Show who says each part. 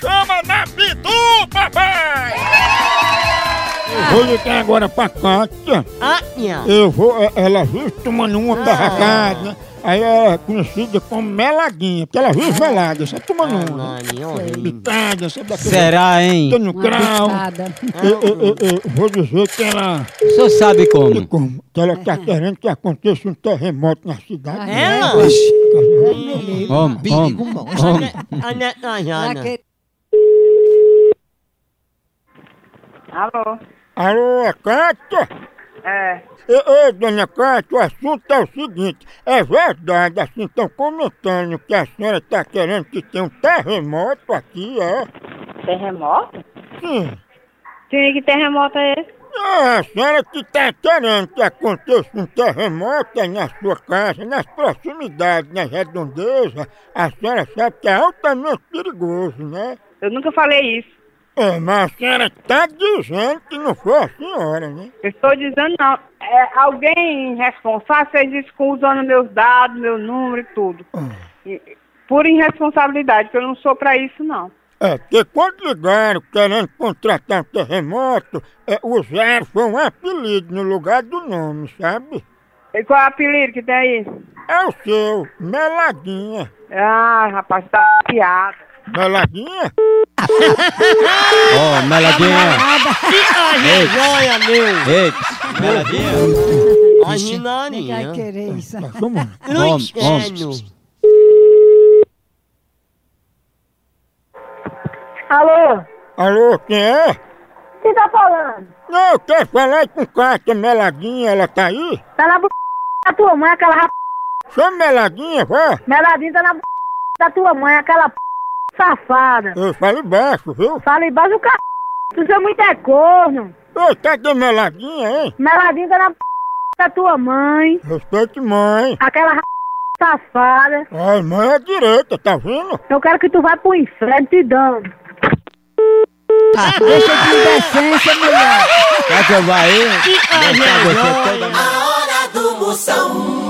Speaker 1: chama na Pitu, papai! Eu vou ligar agora pra Cátia.
Speaker 2: Ah, minha.
Speaker 1: Eu vou, é- ela vive tomando uma barracada. Aí ela é conhecida como meladinha, porque ela vive melada, sempre tomando uma.
Speaker 2: Mano, horrível.
Speaker 1: Bitada, sempre daquele
Speaker 3: Será, hein?
Speaker 1: jeito no
Speaker 4: Uma
Speaker 1: crau.
Speaker 4: pitada.
Speaker 1: Eu, eu- eu- eu vou dizer que ela,
Speaker 3: O senhor sabe como?
Speaker 1: como, que ela tá querendo que aconteça um terremoto na cidade.
Speaker 2: Ah,
Speaker 1: Né?
Speaker 2: Ela?
Speaker 3: Homem, homem, homem.
Speaker 2: Ana, Ana, Ana.
Speaker 4: Aquele-
Speaker 5: Alô?
Speaker 1: Alô, é Cátia?
Speaker 5: É.
Speaker 1: Ei, ei, dona Cátia, o assunto é o seguinte, é verdade, assim, estão comentando que a senhora está querendo que tenha um terremoto aqui, é?
Speaker 5: Terremoto?
Speaker 1: Sim.
Speaker 5: Sim, que terremoto é esse?
Speaker 1: Ah, a senhora que está querendo que aconteça um terremoto aí na sua casa, nas proximidades, nas redondezas, a senhora sabe que é altamente perigoso, né?
Speaker 5: Eu nunca falei isso.
Speaker 1: É, mas a senhora está dizendo que não foi a senhora, né?
Speaker 5: Eu estou dizendo não. É, alguém responsável fez isso com- usando meus dados, meu número e tudo. E- por irresponsabilidade, porque eu não sou pra isso, não.
Speaker 1: É, porque quando ligaram querendo contratar um terremoto, é, usaram foi um apelido no lugar do nome, sabe?
Speaker 5: E qual é o apelido que tem aí?
Speaker 1: É o seu, Meladinha.
Speaker 5: Ah, rapaz, tá piada.
Speaker 1: Meladinha?
Speaker 3: Ó, meladinha.
Speaker 2: Que joia, meu.
Speaker 3: Ei, meladinha.
Speaker 2: Ana,
Speaker 4: Vai
Speaker 2: Ana.
Speaker 4: querer isso.
Speaker 1: Tá chamando.
Speaker 3: Homem,
Speaker 2: Luciano.
Speaker 3: homem.
Speaker 5: Alô?
Speaker 1: Alô, quem é?
Speaker 5: Quem tá falando?
Speaker 1: Não, eu quero falar com Cátia Meladinha, ela tá aí?
Speaker 5: Tá na b... da tua mãe, aquela rap...
Speaker 1: Chama Meladinha, vó.
Speaker 5: meladinha, tá na b... da tua mãe, aquela p... safada.
Speaker 1: Eu falo baixo, viu?
Speaker 5: Fala embaixo do c... Tu sou muito é corno.
Speaker 1: Ô, cadê Meladinha, hein?
Speaker 5: Meladinha, tá na b... da tua mãe.
Speaker 1: Respeite mãe.
Speaker 5: Aquela ra- safada.
Speaker 1: Ai, mãe é direita, tá vendo?
Speaker 5: Eu quero que tu vá pro inferno te dando.
Speaker 4: Deixa de indecência, mulher.
Speaker 3: Quer que eu vá aí?
Speaker 2: Que
Speaker 3: Deixar você
Speaker 2: joia.
Speaker 3: toda
Speaker 6: A hora do Moção.